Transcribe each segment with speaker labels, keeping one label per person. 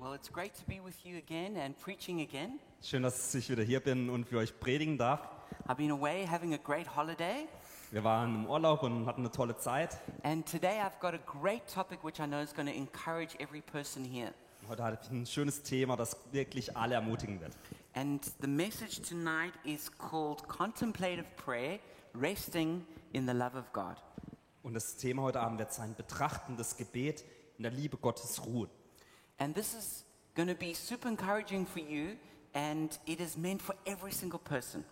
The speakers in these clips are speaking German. Speaker 1: Well, it's great to be with you again and preaching again.
Speaker 2: Schön, dass ich wieder hier bin und für euch predigen darf.
Speaker 1: I've been away having a great holiday,
Speaker 2: Wir waren im Urlaub und hatten eine tolle Zeit.
Speaker 1: and today I've got a great topic which I know is going to encourage every person here.
Speaker 2: Heute hatte ich ein schönes Thema, das wirklich alle ermutigen wird.
Speaker 1: And the message tonight is called Contemplative Prayer Resting in the Love of God.
Speaker 2: Und das Thema heute Abend wird sein betrachtendes Gebet in der Liebe Gottes ruhen.
Speaker 1: And this is going to be super encouraging for you, and it is meant for every single person.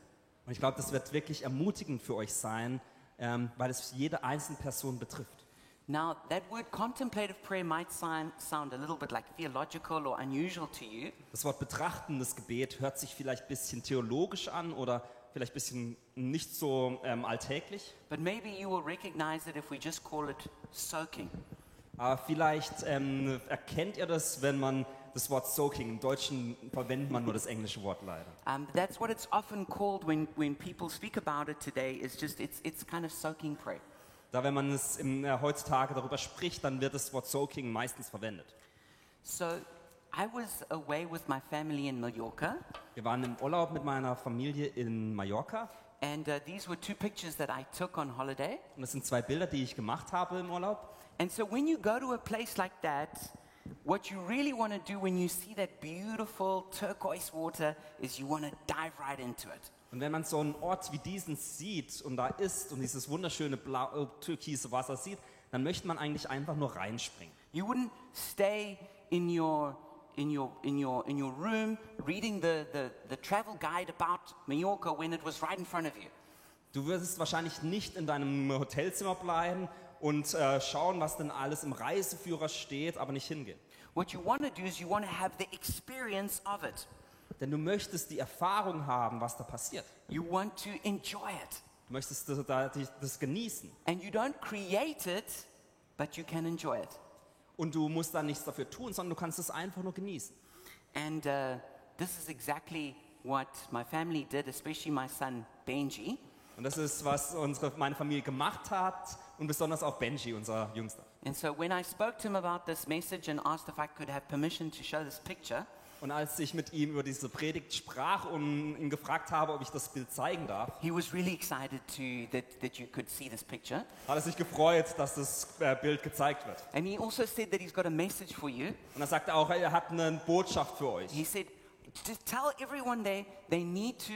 Speaker 2: Und ich glaube, das wird wirklich ermutigend für euch sein, ähm, weil es jede einzelne Person betrifft.
Speaker 1: Now, that word contemplative prayer might sound, sound a little bit like theological or unusual to you,
Speaker 2: Das Wort betrachtendes Gebet hört sich vielleicht ein bisschen theologisch an oder vielleicht ein bisschen nicht so ähm, alltäglich.
Speaker 1: but maybe you will recognize it if we just call it soaking.
Speaker 2: Aber vielleicht ähm, erkennt ihr das, wenn man das Wort soaking, im Deutschen verwendet man nur das englische Wort leider.
Speaker 1: Um, that's what it's often called when, when people speak about it today, is just it's, it's kind of soaking prayer.
Speaker 2: Da wenn man es im, äh, heutzutage darüber spricht, dann wird das Wort soaking meistens verwendet.
Speaker 1: So I was away with my family in Mallorca,
Speaker 2: Wir waren im Urlaub mit meiner Familie in Mallorca
Speaker 1: and uh, these were two pictures that I took on holiday.
Speaker 2: und das sind zwei Bilder, die ich gemacht habe im Urlaub.
Speaker 1: And so when you go to a place like that, what you really want to do when you see that beautiful turquoise water is you want to dive right into it.
Speaker 2: Und wenn man so einen Ort wie diesen sieht und da ist und dieses wunderschöne blau, äh, türkise Wasser sieht, dann möchte man eigentlich einfach nur reinspringen.
Speaker 1: You wouldn't stay in your in your in your in your room reading the, the, the travel guide about Mallorca when it was right in front of you.
Speaker 2: Du würdest wahrscheinlich nicht in deinem Hotelzimmer bleiben und äh, schauen, was denn alles im Reiseführer steht, aber nicht hingehen.
Speaker 1: What you want to do is you want to have the experience of it.
Speaker 2: Denn du möchtest die Erfahrung haben, was da passiert.
Speaker 1: You want to enjoy it.
Speaker 2: Du möchtest das, da- die- das genießen.
Speaker 1: And you don't create it, but you can enjoy it.
Speaker 2: Und du musst da nichts dafür tun, sondern du kannst es einfach nur genießen.
Speaker 1: And uh, this is exactly what my family did, especially my son Benji.
Speaker 2: Und das ist, was unsere, meine Familie gemacht hat und besonders auch Benji, unser Jüngster.
Speaker 1: And so when I spoke to him about this message and asked if I could have permission to show this picture,
Speaker 2: Und als ich mit ihm über diese Predigt sprach und ihn gefragt habe, ob ich das Bild zeigen darf,
Speaker 1: he was really excited to, that, that you could see this picture.
Speaker 2: hat er sich gefreut, dass das äh, Bild gezeigt wird.
Speaker 1: And he also said that he's got a message for you.
Speaker 2: Und er sagte auch, er hat eine Botschaft für euch.
Speaker 1: He said, just tell everyone they, they need to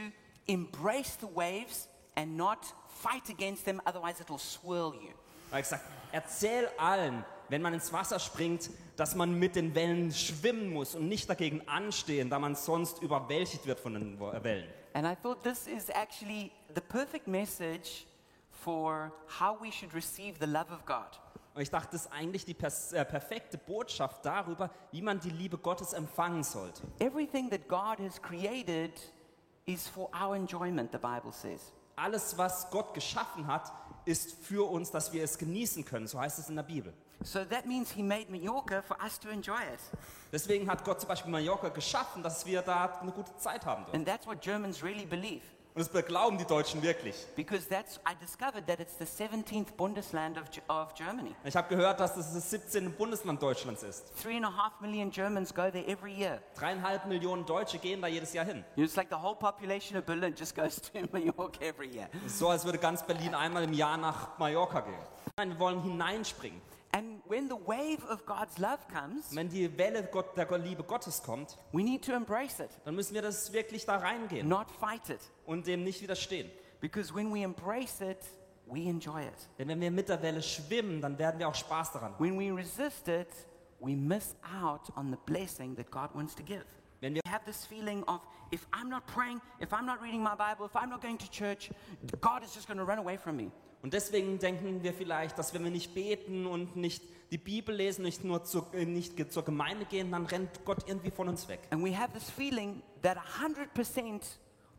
Speaker 1: embrace the waves and not fight against them, otherwise it will swirl you.
Speaker 2: Er hat gesagt, erzähl allen, wenn man ins Wasser springt, dass man mit den Wellen schwimmen muss und nicht dagegen anstehen, da man sonst überwältigt wird von den Wo- äh, Wellen.
Speaker 1: And I thought this is actually the perfect message for how we should receive the love of God.
Speaker 2: Und ich dachte, das ist eigentlich die pers- äh, perfekte Botschaft darüber, wie man die Liebe Gottes empfangen sollte.
Speaker 1: Everything that God has created is for our enjoyment, the Bible says.
Speaker 2: Alles, was Gott geschaffen hat, ist für uns, dass wir es genießen können. So heißt es in der Bibel.
Speaker 1: So that means He made Mallorca for us to enjoy it.
Speaker 2: Deswegen hat Gott zum Beispiel Mallorca geschaffen, dass wir da eine gute Zeit haben dürfen.
Speaker 1: And that's what Germans really believe.
Speaker 2: Und das glauben die Deutschen wirklich.
Speaker 1: Because that's, I discovered that it's the 17th Bundesland of, Ge- of Germany.
Speaker 2: Ich habe gehört, dass das das 17. Bundesland Deutschlands ist.
Speaker 1: Three and a half million Germans go there every year.
Speaker 2: Dreieinhalb Millionen Deutsche gehen da jedes Jahr hin.
Speaker 1: You know, It's like the whole population of Berlin just goes to Mallorca every year.
Speaker 2: Es ist so, als würde ganz Berlin einmal im Jahr nach Mallorca gehen. Nein, wir wollen hineinspringen.
Speaker 1: And when the wave of God's love comes,
Speaker 2: Und wenn die Welle Gott, der Liebe Gottes kommt,
Speaker 1: We need to embrace it,
Speaker 2: dann müssen wir das wirklich da reingehen
Speaker 1: not fight it.
Speaker 2: und dem nicht widerstehen.
Speaker 1: Because when we embrace it, we enjoy it.
Speaker 2: Denn wenn wir mit der Welle schwimmen, dann werden wir auch Spaß daran haben.
Speaker 1: When we resist it, we miss out on the blessing that God wants to give.
Speaker 2: Wenn wir,
Speaker 1: We have this feeling of if I'm not praying, if I'm not reading my Bible, if I'm not going to church, God is just going to run away from me.
Speaker 2: und deswegen denken wir vielleicht, dass wenn wir nicht beten und nicht die Bibel lesen, nicht nur zur, äh, nicht ge- zur Gemeinde gehen, dann rennt Gott irgendwie von uns weg.
Speaker 1: And we have this feeling that 100%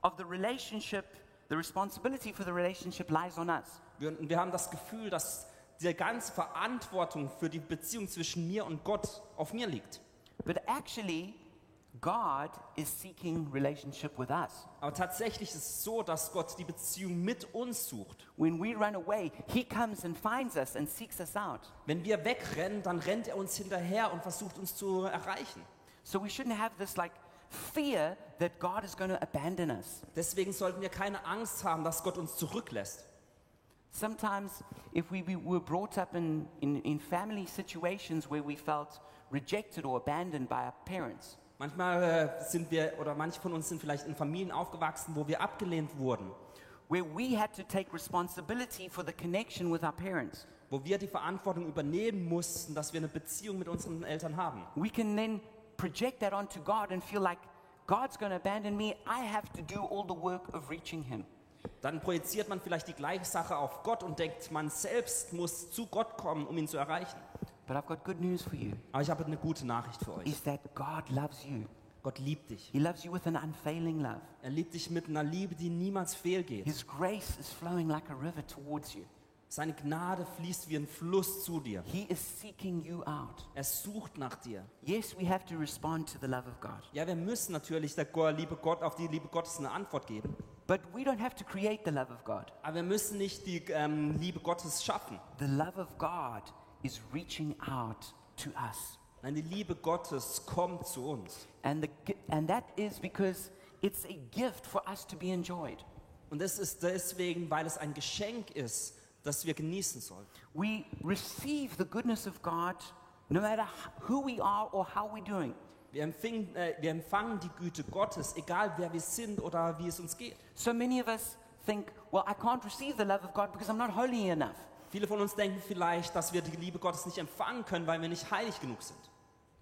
Speaker 1: of the relationship, the responsibility for the relationship lies on us.
Speaker 2: Wir, wir haben das Gefühl, dass die ganze Verantwortung für die Beziehung zwischen mir und Gott auf mir liegt.
Speaker 1: But actually, God is seeking relationship with us.
Speaker 2: Aber tatsächlich ist es so, dass Gott die Beziehung mit uns sucht.
Speaker 1: When we run away, he comes and finds us and seeks us out.
Speaker 2: Wenn wir wegrennen, dann rennt er uns hinterher und versucht uns zu erreichen.
Speaker 1: So we shouldn't have this like fear that God is going to abandon us.
Speaker 2: Deswegen sollten wir keine Angst haben, dass Gott uns zurücklässt.
Speaker 1: Sometimes, if we we were brought up in, in, in family situations where we felt rejected or abandoned by our parents,
Speaker 2: Manchmal äh, sind wir oder manche von uns sind vielleicht in Familien aufgewachsen, wo wir abgelehnt wurden,
Speaker 1: where we had to take responsibility for the connection with our parents,
Speaker 2: wo wir die Verantwortung übernehmen mussten, dass wir eine Beziehung mit unseren Eltern haben.
Speaker 1: we can then project that onto God and feel like God's going to abandon me. I have to do all the work of reaching Him.
Speaker 2: Dann projiziert man vielleicht die gleiche Sache auf Gott und denkt, man selbst muss zu Gott kommen, um ihn zu erreichen.
Speaker 1: But I've got good news for you
Speaker 2: Aber ich habe eine gute Nachricht für euch.
Speaker 1: is that God loves you.
Speaker 2: Gott liebt dich.
Speaker 1: He loves you with an unfailing love.
Speaker 2: Er liebt dich mit einer Liebe, die niemals fehlgeht.
Speaker 1: His grace is flowing like a river towards you.
Speaker 2: Seine Gnade fließt wie ein Fluss zu dir.
Speaker 1: He is seeking you out.
Speaker 2: Er sucht nach dir.
Speaker 1: Yes, we have to respond to the love of God,
Speaker 2: Ja, wir müssen natürlich der Go- Liebe Gott auf die Liebe Gottes eine Antwort geben.
Speaker 1: but we don't have to create the love of God.
Speaker 2: Aber wir müssen nicht die ähm, Liebe Gottes schaffen.
Speaker 1: The love of God is reaching out to us.
Speaker 2: Nein, die Liebe Gottes kommt zu uns.
Speaker 1: And, the, gi- and that is because it's a gift for us to be enjoyed.
Speaker 2: Und das ist deswegen, weil es ein Geschenk ist, das wir genießen sollen.
Speaker 1: We receive the goodness of God no matter h- who we are or how we're doing.
Speaker 2: Wir, empfingen, äh, wir empfangen die Güte Gottes, egal wer wir sind oder wie es uns geht.
Speaker 1: So many of us think, well, I can't receive the love of God because I'm not holy enough.
Speaker 2: Viele von uns denken vielleicht, dass wir die Liebe Gottes nicht empfangen können, weil wir nicht heilig genug sind.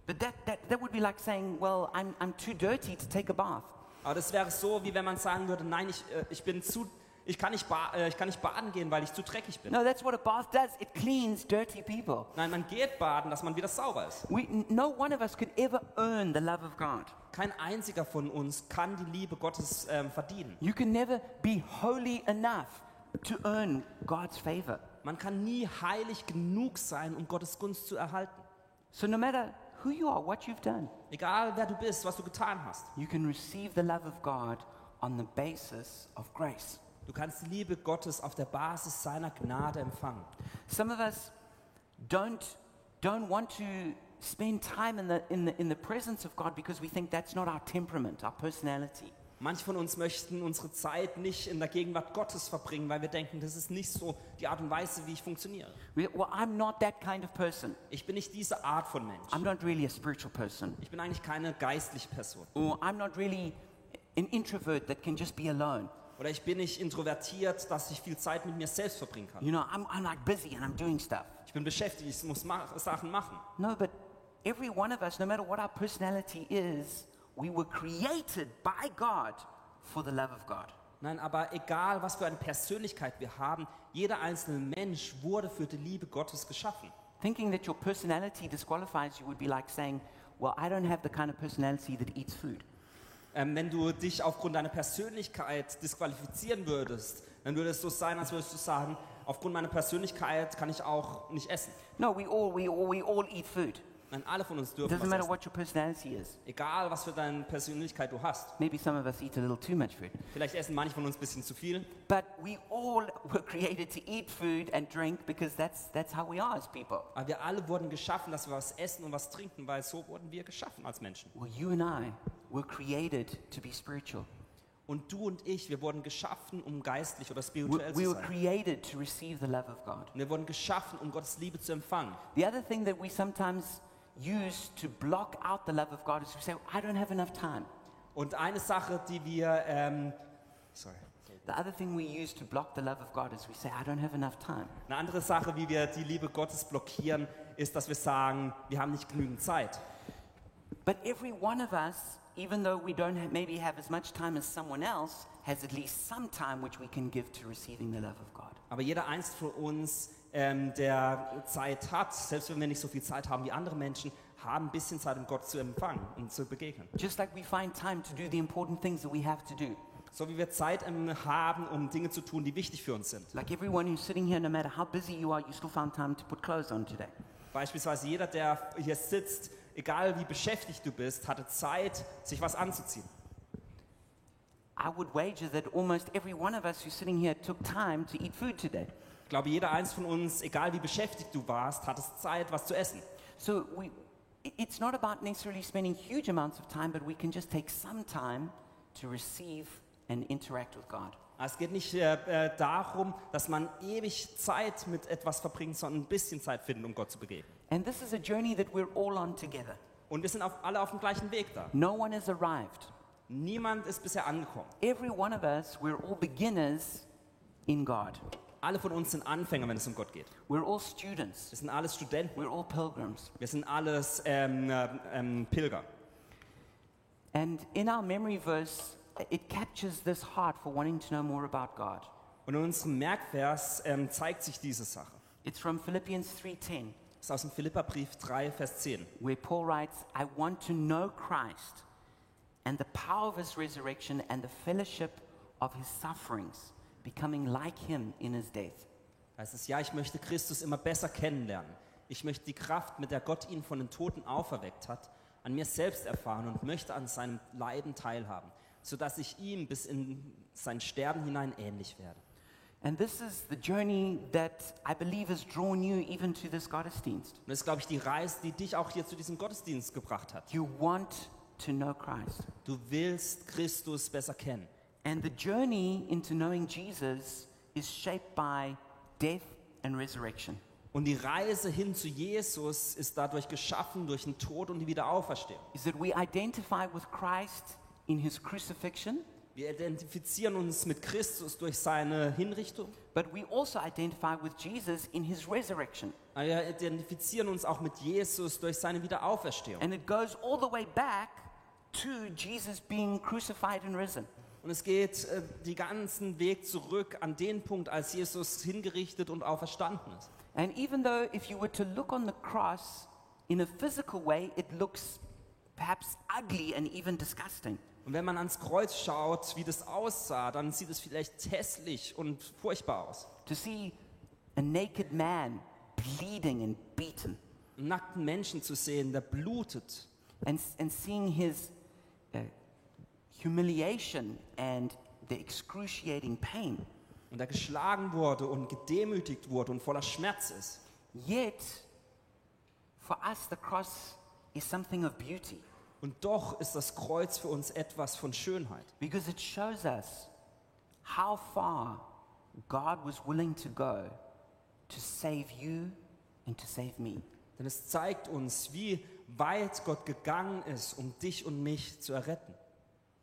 Speaker 1: But that, that, that would be like saying, well, I'm, I'm too dirty to take a bath.
Speaker 2: Aber das wäre so, wie wenn man sagen würde, nein, ich, äh, ich bin zu, ich kann, nicht ba- äh, ich kann nicht baden gehen, weil ich zu dreckig bin.
Speaker 1: No, that's what a bath does. It cleans dirty people.
Speaker 2: Nein, man geht baden, dass man wieder sauber ist.
Speaker 1: We, n- no one of us could ever earn the love of God.
Speaker 2: Kein einziger von uns kann die Liebe Gottes ähm, verdienen.
Speaker 1: You can never be holy enough to earn God's favor.
Speaker 2: Man kann nie heilig genug sein, um Gottes Gunst zu erhalten.
Speaker 1: So no matter who you are, what you've done,
Speaker 2: Egal wer du bist, was du getan hast.
Speaker 1: you can receive the love of God on the basis of grace.
Speaker 2: Du kannst die Liebe Gottes auf der Basis seiner Gnade empfangen.
Speaker 1: Some of us don't, don't want to spend time in the, in, the, in the presence of God because we think that's not our temperament, our personality.
Speaker 2: Manche von uns möchten unsere Zeit nicht in der Gegenwart Gottes verbringen, weil wir denken, das ist nicht so die Art und Weise, wie ich funktioniere.
Speaker 1: We, well, I'm not that kind of person.
Speaker 2: Ich bin nicht diese Art von Mensch.
Speaker 1: I'm not really a spiritual person.
Speaker 2: Ich bin eigentlich keine geistliche Person.
Speaker 1: Or I'm not really an introvert that can just be alone.
Speaker 2: Oder ich bin nicht introvertiert, dass ich viel Zeit mit mir selbst verbringen kann.
Speaker 1: You know, I'm, I'm like busy and I'm doing stuff.
Speaker 2: Ich bin beschäftigt, ich muss ma Sachen machen.
Speaker 1: No, but every one of us, no matter what our personality is, we were created by God for the love of God.
Speaker 2: Nein, aber egal, was für eine Persönlichkeit wir haben, jeder einzelne Mensch wurde für die Liebe Gottes geschaffen.
Speaker 1: Thinking that your personality disqualifies you would be like saying, Well, I don't have the kind of personality that eats food.
Speaker 2: Ähm, wenn du dich aufgrund deiner Persönlichkeit disqualifizieren würdest, dann würde es so sein, als würdest du sagen, aufgrund meiner Persönlichkeit kann ich auch nicht essen.
Speaker 1: No, we all, we all, we all eat food.
Speaker 2: Nein, alle von uns
Speaker 1: It
Speaker 2: dürfen
Speaker 1: doesn't
Speaker 2: was
Speaker 1: matter
Speaker 2: essen.
Speaker 1: what your personality is.
Speaker 2: Egal, was für deine Persönlichkeit du hast.
Speaker 1: Maybe some of us eat a little too much food.
Speaker 2: Vielleicht essen manche von uns ein bisschen zu viel,
Speaker 1: But we all were created to eat food and drink because that's, that's how we are as people.
Speaker 2: Aber wir alle wurden geschaffen, dass wir was essen und was trinken, weil so wurden wir geschaffen als Menschen.
Speaker 1: Well, you and I were created to be spiritual.
Speaker 2: Und du und ich, wir wurden geschaffen, um geistlich oder
Speaker 1: We,
Speaker 2: spirituell
Speaker 1: we
Speaker 2: zu
Speaker 1: were
Speaker 2: sein.
Speaker 1: created to receive the love of God.
Speaker 2: Und wir wurden geschaffen, um Gottes Liebe zu empfangen.
Speaker 1: The other thing that we sometimes use to block out the love of God is we say, I don't have enough time.
Speaker 2: Und eine Sache, die wir, ähm, sorry.
Speaker 1: The other thing we use to block the love of God is we say, I don't have enough time.
Speaker 2: Eine andere Sache, wie wir die Liebe Gottes blockieren, ist, dass wir sagen, wir haben nicht genügend Zeit.
Speaker 1: But every one of us, even though we don't ha- maybe have as much time as someone else, has at least some time which we can give to receiving the love of God.
Speaker 2: Aber jeder einzelne von uns, ähm, der Zeit hat, selbst wenn wir nicht so viel Zeit haben wie andere Menschen, haben ein bisschen Zeit, um Gott zu empfangen und zu begegnen.
Speaker 1: Just like we find time to do the important things that we have to do.
Speaker 2: So wie wir Zeit ähm, haben, um Dinge zu tun, die wichtig für uns sind.
Speaker 1: Like everyone who's sitting here, no matter how busy you are, you still found time to put clothes on today.
Speaker 2: Beispielsweise jeder, der hier sitzt, egal wie beschäftigt du bist, hatte Zeit, sich was anzuziehen.
Speaker 1: I would wager that almost every one of us who's sitting here took time to eat food today.
Speaker 2: Ich glaube, jeder eins von uns, egal wie beschäftigt du warst, hattest Zeit, was zu essen.
Speaker 1: So we, i- it's not about necessarily spending huge amounts of time, but we can just take some time to receive and interact with God.
Speaker 2: Es geht nicht äh, äh, darum, dass man ewig Zeit mit etwas verbringt, sondern ein bisschen Zeit finden, um Gott zu begegnen.
Speaker 1: And this is a journey that we're all on together.
Speaker 2: Und wir sind auf, alle auf dem gleichen Weg da.
Speaker 1: No one has arrived.
Speaker 2: Niemand ist bisher angekommen.
Speaker 1: Every one of us, we're all beginners in God.
Speaker 2: Alle von uns sind Anfänger, wenn es um Gott geht.
Speaker 1: We're all students.
Speaker 2: Wir sind alles Studenten.
Speaker 1: We're all pilgrims.
Speaker 2: Wir sind alles ähm, äh, ähm, Pilger.
Speaker 1: And in our memory verse, it captures this heart for wanting to know more about God.
Speaker 2: Und in unserem Merkvers ähm, zeigt sich diese Sache.
Speaker 1: It's from Philippians 3:10,
Speaker 2: Das ist aus dem Philipperbrief 3, Vers 10.
Speaker 1: where Paul writes, "I want to know Christ and the power of his resurrection and the fellowship of his sufferings, becoming like him in his death."
Speaker 2: Heißt es, ja, ich möchte Christus immer besser kennenlernen. Ich möchte die Kraft, mit der Gott ihn von den Toten auferweckt hat, an mir selbst erfahren und möchte an seinem Leiden teilhaben, sodass ich ihm bis in sein Sterben hinein ähnlich werde.
Speaker 1: And this is the journey that I believe has drawn you even to this Gottesdienst.
Speaker 2: Und das ist, glaube ich, die Reise, die dich auch hier zu diesem Gottesdienst gebracht hat.
Speaker 1: You want to know Christ.
Speaker 2: Du willst Christus besser kennen.
Speaker 1: And the journey into knowing Jesus is shaped by death and resurrection.
Speaker 2: Und die Reise hin zu Jesus ist dadurch geschaffen durch den Tod und die Wiederauferstehung.
Speaker 1: is that we identify with Christ in his crucifixion,
Speaker 2: Wir identifizieren uns mit Christus durch seine Hinrichtung,
Speaker 1: but we also identify with Jesus in his resurrection.
Speaker 2: aber wir Ah identifizieren uns auch mit Jesus durch seine Wiederauferstehung.
Speaker 1: And it goes all the way back to Jesus being crucified and risen.
Speaker 2: Und es geht äh, den ganzen Weg zurück an den Punkt, als Jesus hingerichtet und auferstanden ist.
Speaker 1: And even though if you were to look on the cross in a physical way, it looks perhaps ugly and even disgusting.
Speaker 2: Und wenn man ans Kreuz schaut, wie das aussah, dann sieht es vielleicht hässlich und furchtbar aus.
Speaker 1: To see a naked man bleeding and beaten,
Speaker 2: Einen nackten Menschen zu sehen, der blutet
Speaker 1: and, and seeing his uh, humiliation and the excruciating pain.
Speaker 2: und der geschlagen wurde und gedemütigt wurde und voller Schmerz ist.
Speaker 1: Yet, for us, the cross is something of beauty
Speaker 2: Und doch ist das Kreuz für uns etwas von Schönheit.
Speaker 1: because it shows us how far God was willing to go to save you and to save me.
Speaker 2: Denn es zeigt uns, wie weit Gott gegangen ist, um dich und mich zu erretten.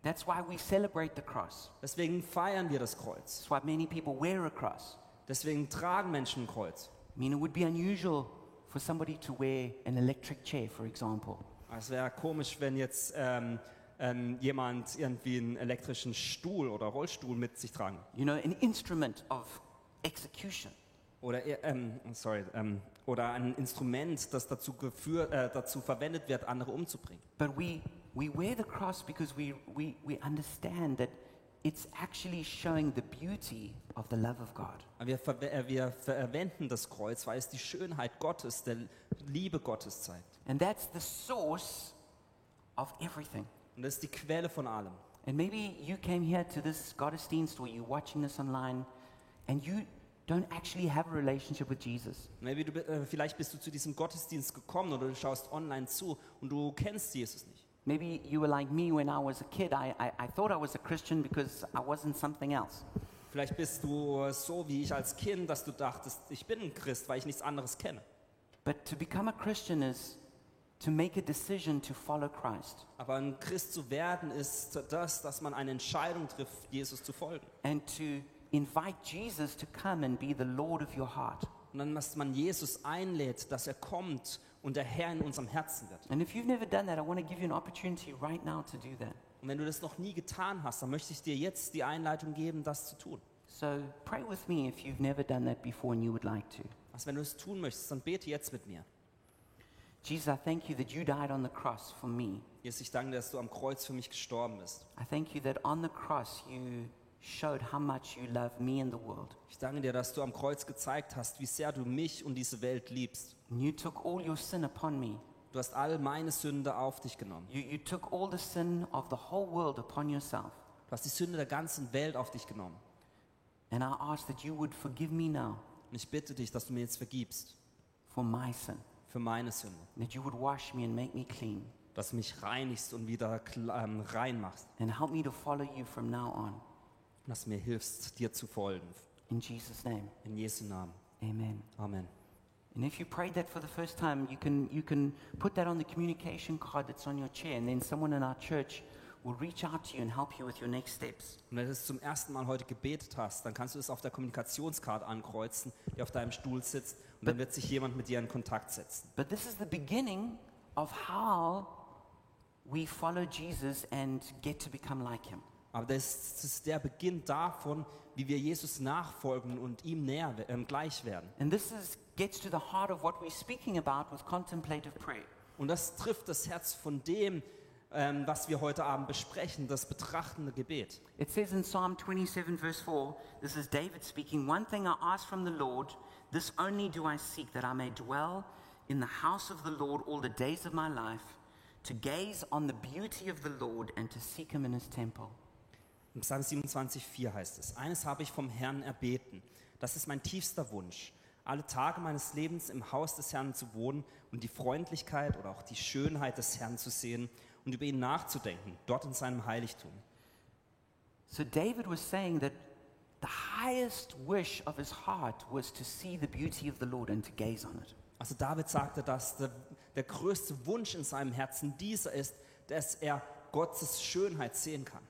Speaker 1: That's why we celebrate the cross.
Speaker 2: Deswegen feiern wir das Kreuz.
Speaker 1: That's why many people wear a cross.
Speaker 2: Deswegen tragen Menschen ein Kreuz.
Speaker 1: I mean, it would be unusual for somebody to wear an electric chair, for example.
Speaker 2: Ah, Es wäre komisch, wenn jetzt ähm, ähm, jemand irgendwie einen elektrischen Stuhl oder Rollstuhl mit sich tragen.
Speaker 1: You know, an instrument of execution.
Speaker 2: Oder, eher, ähm, sorry, ähm, oder ein Instrument, das dazu, geführ, äh, dazu verwendet wird, andere umzubringen.
Speaker 1: But we, we wear the cross because we, we, we understand that it's actually showing the beauty of the love of God.
Speaker 2: Aber Wir, ver äh, wir verwenden das Kreuz, weil es die Schönheit Gottes, der Liebe Gottes zeigt.
Speaker 1: And that's the source of everything.
Speaker 2: Und das ist die Quelle von allem.
Speaker 1: And maybe you came here to this Gottesdienst or you're watching this online and you don't actually have a relationship with Jesus.
Speaker 2: Maybe du, bi- äh, vielleicht bist du zu diesem Gottesdienst gekommen oder du schaust online zu und du kennst Jesus nicht.
Speaker 1: Maybe you were like me when I was a kid. I, I, I thought I was a Christian because I wasn't something else.
Speaker 2: Vielleicht bist du äh, so wie ich als Kind, dass du dachtest, ich bin ein Christ, weil ich nichts anderes kenne.
Speaker 1: But to become a Christian is to make a decision to follow Christ.
Speaker 2: Aber ein Christ zu werden ist das, dass man eine Entscheidung trifft, Jesus zu folgen.
Speaker 1: and to invite Jesus to come and be the Lord of your heart.
Speaker 2: Und dann, dass man Jesus einlädt, dass er kommt und der Herr in unserem Herzen wird.
Speaker 1: And if you've never done that, I want to give you an opportunity right now to do that.
Speaker 2: Und wenn du das noch nie getan hast, dann möchte ich dir jetzt die Einleitung geben, das zu tun.
Speaker 1: So pray with me if you've never done that before and you would like to.
Speaker 2: Also wenn du es tun möchtest, dann bete jetzt mit mir.
Speaker 1: Jesus, I thank you that you died on the cross for me.
Speaker 2: Jesus, ich danke dir, dass du am Kreuz für mich gestorben bist.
Speaker 1: I thank you that on the cross you showed how much you love me and the world.
Speaker 2: Ich danke dir, dass du am Kreuz gezeigt hast, wie sehr du mich und diese Welt liebst.
Speaker 1: And you took all your sin upon me.
Speaker 2: Du hast all meine Sünde auf dich genommen.
Speaker 1: You, you took all the sin of the whole world upon yourself.
Speaker 2: Du hast die Sünde der ganzen Welt auf dich genommen.
Speaker 1: And I ask that you would forgive me now
Speaker 2: Und ich bitte dich, dass du mir jetzt vergibst
Speaker 1: for my sin.
Speaker 2: für meine Sünde,
Speaker 1: that you would wash me and make me clean
Speaker 2: dass du mich reinigst und wieder kl- ähm, rein machst
Speaker 1: and help me to follow you from now on.
Speaker 2: und dass du mir hilfst, dir zu folgen.
Speaker 1: In Jesus' name,
Speaker 2: In Jesu Namen.
Speaker 1: amen.
Speaker 2: Amen.
Speaker 1: And if you prayed that for the first time, you can, you can put that on the communication card that's on your chair, and then someone in our church will reach out to you and help you with your next steps.
Speaker 2: Und wenn du es zum ersten Mal heute gebetet hast, dann kannst du es auf der Kommunikationskarte ankreuzen, die auf deinem Stuhl sitzt, und dann wird sich jemand mit dir in Kontakt setzen.
Speaker 1: But this is the beginning of how we follow Jesus and get to become like him.
Speaker 2: Aber das, das ist der Beginn davon, wie wir Jesus nachfolgen und ihm näher, we- ähm, gleich werden.
Speaker 1: And this is, gets to the heart of what we're speaking about with contemplative prayer.
Speaker 2: Und das trifft das Herz von dem, ähm, was wir heute Abend besprechen, das betrachtende Gebet.
Speaker 1: It says in Psalm 27, verse 4, this is David speaking One thing I ask from the Lord, this only do I seek, that I may dwell in the house of the Lord all the days of my life, to gaze on the beauty of the Lord and to seek him in his temple.
Speaker 2: Im Psalm 27,4 heißt es: Eines habe ich vom Herrn erbeten. Das ist mein tiefster Wunsch, alle Tage meines Lebens im Haus des Herrn zu wohnen und die Freundlichkeit oder auch die Schönheit des Herrn zu sehen und über ihn nachzudenken, dort in seinem Heiligtum.
Speaker 1: So David was saying that the highest wish of his heart was to see the beauty of the Lord and to gaze on it.
Speaker 2: Also, David sagte, dass der, der größte Wunsch in seinem Herzen dieser ist, dass er Gottes Schönheit sehen kann.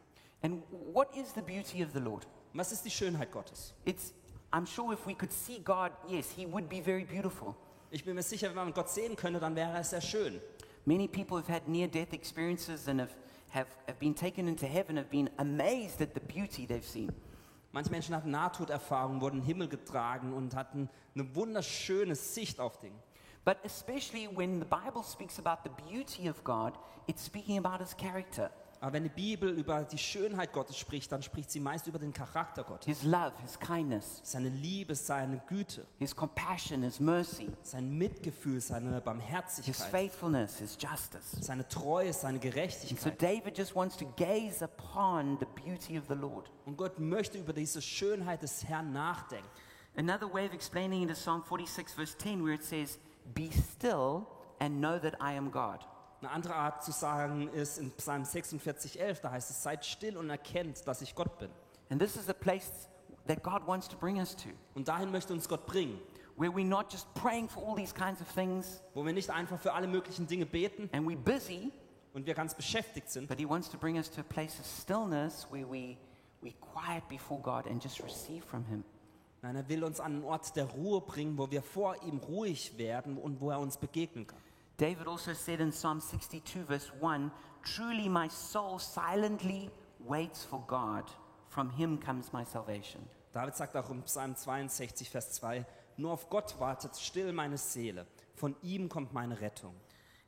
Speaker 1: And what is the beauty of the Lord?
Speaker 2: Und was ist die Schönheit Gottes?
Speaker 1: It's, I'm sure if we could see God, yes, he would be very beautiful.
Speaker 2: Ich bin mir sicher, wenn man Gott sehen könnte, dann wäre er sehr schön.
Speaker 1: Many people have had near death experiences and have, have, have been taken into heaven, have been amazed at the beauty they've seen.
Speaker 2: Manche Menschen hatten Nahtoderfahrungen, wurden in den Himmel getragen und hatten eine wunderschöne Sicht auf Dinge.
Speaker 1: But especially when the Bible speaks about the beauty of God, it's speaking about his character,
Speaker 2: Aber wenn die Bibel über die Schönheit Gottes spricht, dann spricht sie meist über den Charakter Gottes.
Speaker 1: his love, his kindness,
Speaker 2: Seine Liebe, seine Güte,
Speaker 1: his compassion, his mercy,
Speaker 2: sein Mitgefühl, seine
Speaker 1: his
Speaker 2: Barmherzigkeit,
Speaker 1: faithfulness, his justice.
Speaker 2: seine Treue, seine
Speaker 1: And so
Speaker 2: Gerechtigkeit.
Speaker 1: David just wants to gaze upon the beauty of the Lord.
Speaker 2: Und Gott möchte über diese Schönheit des Herrn nachdenken.
Speaker 1: Another way of explaining it is Psalm 46, verse 10, where it says, Be still and know that I am God.
Speaker 2: Eine andere Art zu sagen ist in Psalm 46, 11, da heißt es, seid still und erkennt, dass ich Gott bin.
Speaker 1: And this is the place that God wants to bring us to,
Speaker 2: Und dahin möchte uns Gott bringen,
Speaker 1: where we're not just praying for all these kinds of things
Speaker 2: wo wir nicht einfach für alle möglichen Dinge beten,
Speaker 1: and we're busy,
Speaker 2: und wir ganz beschäftigt sind,
Speaker 1: but He wants to bring us to a place of stillness where we, we quiet before God and just receive from Him.
Speaker 2: nein, er will uns an einen Ort der Ruhe bringen, wo wir vor ihm ruhig werden und wo er uns begegnen kann.
Speaker 1: David also said in Psalm 62, verse 1 Truly my soul silently waits for God, from Him comes my salvation.
Speaker 2: David sagt auch im Psalm 62, Vers 2, nur auf Gott wartet still meine Seele, von ihm kommt meine Rettung.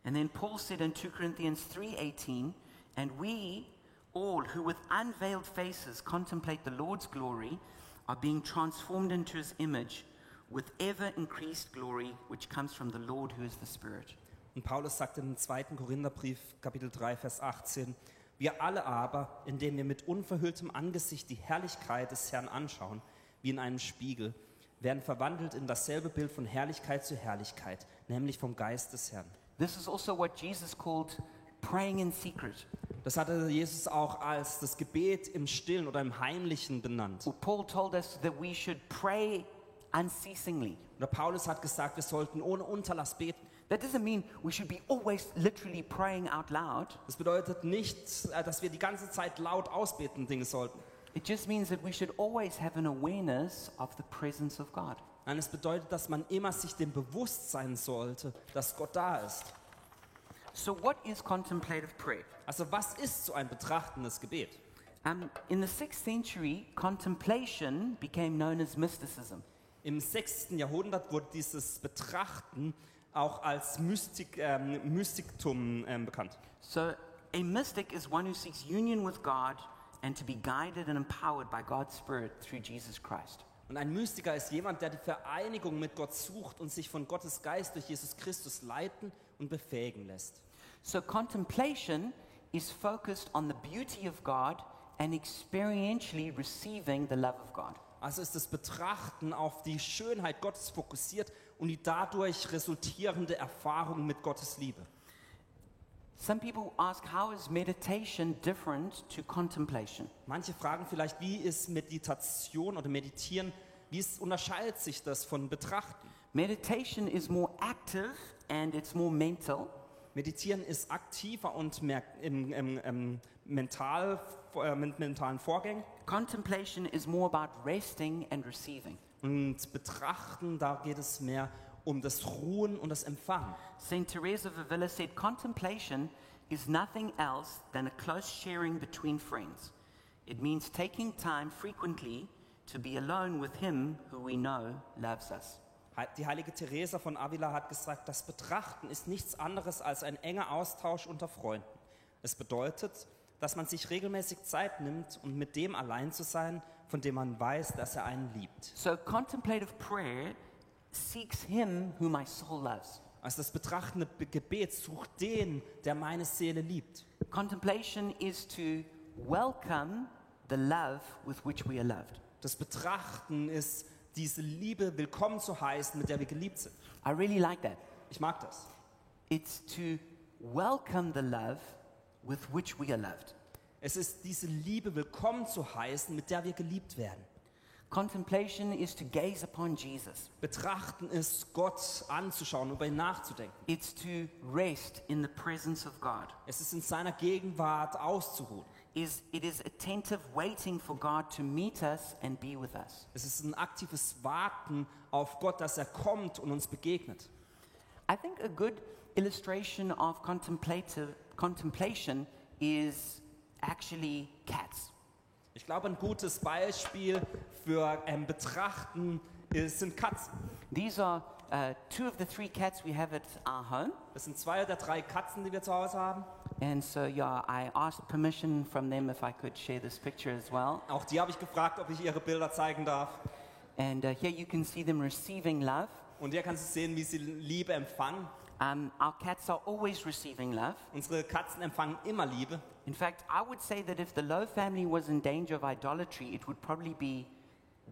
Speaker 1: And then Paul said in 2 Corinthians 3:18, and we all who with unveiled faces contemplate the Lord's glory are being transformed into his image with ever increased glory which comes from the Lord who is the Spirit.
Speaker 2: Und Paulus sagt im 2. Korintherbrief, Kapitel 3, Vers 18, wir alle aber, indem wir mit unverhülltem Angesicht die Herrlichkeit des Herrn anschauen, wie in einem Spiegel, werden verwandelt in dasselbe Bild von Herrlichkeit zu Herrlichkeit, nämlich vom Geist des Herrn.
Speaker 1: This is also what Jesus called praying in secret,
Speaker 2: Das hatte Jesus auch als das Gebet im Stillen oder im Heimlichen benannt.
Speaker 1: or Paul told us that we should pray unceasingly.
Speaker 2: Oder Paulus hat gesagt, wir sollten ohne Unterlass beten.
Speaker 1: That doesn't mean we should be always literally praying out loud.
Speaker 2: Das bedeutet nicht, äh, dass wir die ganze Zeit laut ausbeten Dinge sollten.
Speaker 1: It just means that we should always have an awareness of the presence of God.
Speaker 2: Nein, es bedeutet, dass man immer sich dem bewusst sein sollte, dass Gott da ist.
Speaker 1: So, what is contemplative prayer?
Speaker 2: Also was ist so ein betrachtendes Gebet?
Speaker 1: Um, in the sixth century, contemplation became known as mysticism.
Speaker 2: Im 6. Jahrhundert wurde dieses Betrachten auch als Mystik, ähm, Mystiktum ähm, bekannt.
Speaker 1: So, a mystic is one who seeks union with God and to be guided and empowered by God's Spirit through Jesus Christ.
Speaker 2: Und ein Mystiker ist jemand, der die Vereinigung mit Gott sucht und sich von Gottes Geist durch Jesus Christus leiten und befähigen lässt.
Speaker 1: So, contemplation is focused on the beauty of God and experientially receiving the love of God.
Speaker 2: Also ist das Betrachten auf die Schönheit Gottes fokussiert und die dadurch resultierende Erfahrung mit Gottes Liebe.
Speaker 1: Some people ask, how is meditation different to contemplation?
Speaker 2: Manche fragen vielleicht, wie ist Meditation oder Meditieren, wie ist, unterscheidet sich das von Betrachten?
Speaker 1: Meditation is more active and it's more mental,
Speaker 2: Meditieren ist aktiver und mehr im, im, im mental, äh, mit mentalen Vorgängen.
Speaker 1: contemplation is more about resting and receiving.
Speaker 2: Und Betrachten, da geht es mehr um das Ruhen und das Empfangen.
Speaker 1: St. Teresa of Avila said, Contemplation is nothing else than a close sharing between friends. It means taking time frequently to be alone with Him who we know loves us.
Speaker 2: He- Die heilige Teresa von Avila hat gesagt, das Betrachten ist nichts anderes als ein enger Austausch unter Freunden. Es bedeutet, dass man sich regelmäßig Zeit nimmt, um mit dem allein zu sein, von dem man weiß, dass er einen liebt.
Speaker 1: So, contemplative prayer seeks Him who my soul loves.
Speaker 2: Also das betrachtende Be- Gebet sucht den, der meine Seele liebt.
Speaker 1: Contemplation is to welcome the love with which we are loved.
Speaker 2: Das Betrachten ist, diese Liebe willkommen zu heißen, mit der wir geliebt sind.
Speaker 1: I really like that.
Speaker 2: Ich mag das.
Speaker 1: It's to welcome the love with which we are loved.
Speaker 2: Es ist diese Liebe willkommen zu heißen, mit der wir geliebt werden.
Speaker 1: Contemplation is to gaze upon Jesus.
Speaker 2: Betrachten ist, Gott anzuschauen, über ihn nachzudenken.
Speaker 1: It's to rest in the presence of God.
Speaker 2: Es ist in seiner Gegenwart auszuruhen.
Speaker 1: Is it is attentive waiting for God to meet us and be with us.
Speaker 2: Es ist ein aktives Warten auf Gott, dass er kommt und uns begegnet.
Speaker 1: I think a good illustration of contemplative contemplation is actually cats.
Speaker 2: Ich glaube, ein gutes Beispiel für ähm, Betrachten ist, sind Katzen.
Speaker 1: These are uh, two of the three cats we have at our home,
Speaker 2: Das sind zwei oder drei Katzen, die wir zu Hause haben.
Speaker 1: and so yeah, I asked permission from them if I could share this picture as well.
Speaker 2: Auch die habe ich gefragt, ob ich ihre Bilder zeigen darf.
Speaker 1: And uh, here you can see them receiving love.
Speaker 2: Und hier kannst du sehen, wie sie Liebe empfangen.
Speaker 1: Um, our cats are always receiving love.
Speaker 2: Unsere Katzen empfangen immer Liebe.
Speaker 1: In fact, I would say that if the Lowe family was in danger of idolatry, it would probably be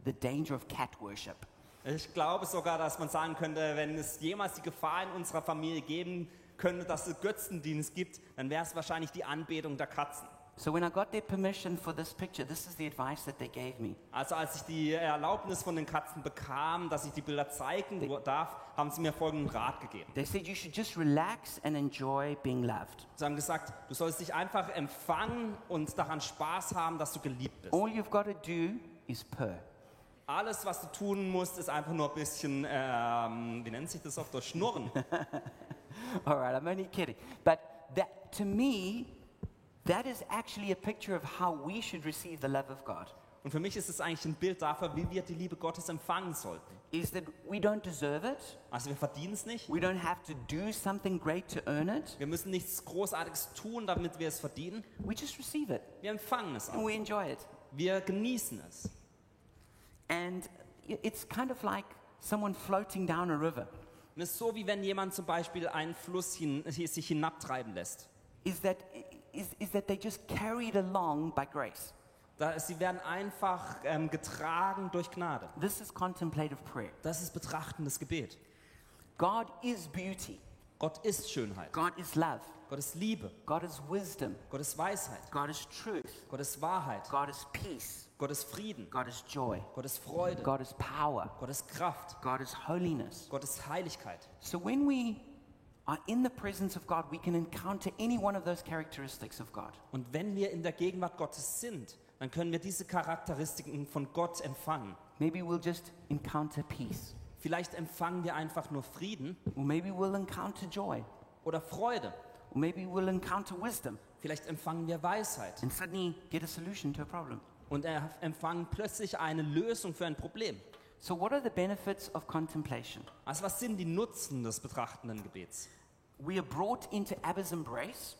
Speaker 1: the danger of cat worship.
Speaker 2: Ich glaube sogar, dass man sagen könnte, wenn es jemals die Gefahr in unserer Familie geben könnte, dass es Götzendienst gibt, dann wäre es wahrscheinlich die Anbetung der Katzen.
Speaker 1: So when I got their permission for this picture, this is the advice that they gave me.
Speaker 2: Also als ich die Erlaubnis von den Katzen bekam, dass ich die Bilder zeigen darf, haben sie mir folgenden Rat gegeben.
Speaker 1: They said you should just relax and enjoy being loved.
Speaker 2: Sie haben gesagt, du sollst dich einfach empfangen und daran Spaß haben, dass du geliebt bist.
Speaker 1: All you've got to do is purr.
Speaker 2: Alles, was du tun musst, ist einfach nur ein bisschen, ähm, wie nennt sich das auf der Schnurren.
Speaker 1: All right, I'm only kidding. But that to me, that is actually a picture of how we should receive the love of God.
Speaker 2: Und für mich ist es eigentlich ein Bild dafür, wie wir die Liebe Gottes empfangen sollten.
Speaker 1: Is that we don't deserve it.
Speaker 2: Also wir verdienen es nicht.
Speaker 1: We don't have to do something great to earn it.
Speaker 2: Wir müssen nichts Großartiges tun, damit wir es verdienen.
Speaker 1: We just receive it.
Speaker 2: Wir empfangen es
Speaker 1: and
Speaker 2: auch.
Speaker 1: we enjoy it.
Speaker 2: Wir genießen es.
Speaker 1: And i- it's kind of like someone floating down a river.
Speaker 2: Und es ist so, wie wenn jemand zum Beispiel einen Fluss hin, sich hinabtreiben lässt.
Speaker 1: Is that, is, is that they just carried along by grace.
Speaker 2: Da, sie werden einfach ähm, getragen durch Gnade.
Speaker 1: This is contemplative prayer.
Speaker 2: Das ist betrachtendes Gebet.
Speaker 1: God is beauty.
Speaker 2: Gott ist Schönheit.
Speaker 1: God is love.
Speaker 2: Gott ist Liebe.
Speaker 1: God is wisdom.
Speaker 2: Gott ist Weisheit.
Speaker 1: God is truth.
Speaker 2: Gott ist Wahrheit.
Speaker 1: God is peace.
Speaker 2: Gott ist Frieden.
Speaker 1: God is joy.
Speaker 2: Gott ist Freude.
Speaker 1: God is power.
Speaker 2: Gott ist Kraft.
Speaker 1: God is holiness.
Speaker 2: Gott ist Heiligkeit.
Speaker 1: So when we are in the presence of God, we can encounter any one of those characteristics of God.
Speaker 2: Und wenn wir in der Gegenwart Gottes sind, dann können wir diese Charakteristiken von Gott empfangen.
Speaker 1: Maybe we'll just encounter peace,
Speaker 2: Vielleicht empfangen wir einfach nur Frieden
Speaker 1: or maybe we'll encounter joy.
Speaker 2: oder Freude.
Speaker 1: Or maybe we'll encounter wisdom
Speaker 2: Vielleicht empfangen wir Weisheit
Speaker 1: and suddenly get a solution to a problem.
Speaker 2: und er- empfangen plötzlich eine Lösung für ein Problem.
Speaker 1: So, what are the benefits of contemplation?
Speaker 2: Also was sind die Nutzen des betrachtenden Gebets?
Speaker 1: We are brought into Abba's embrace.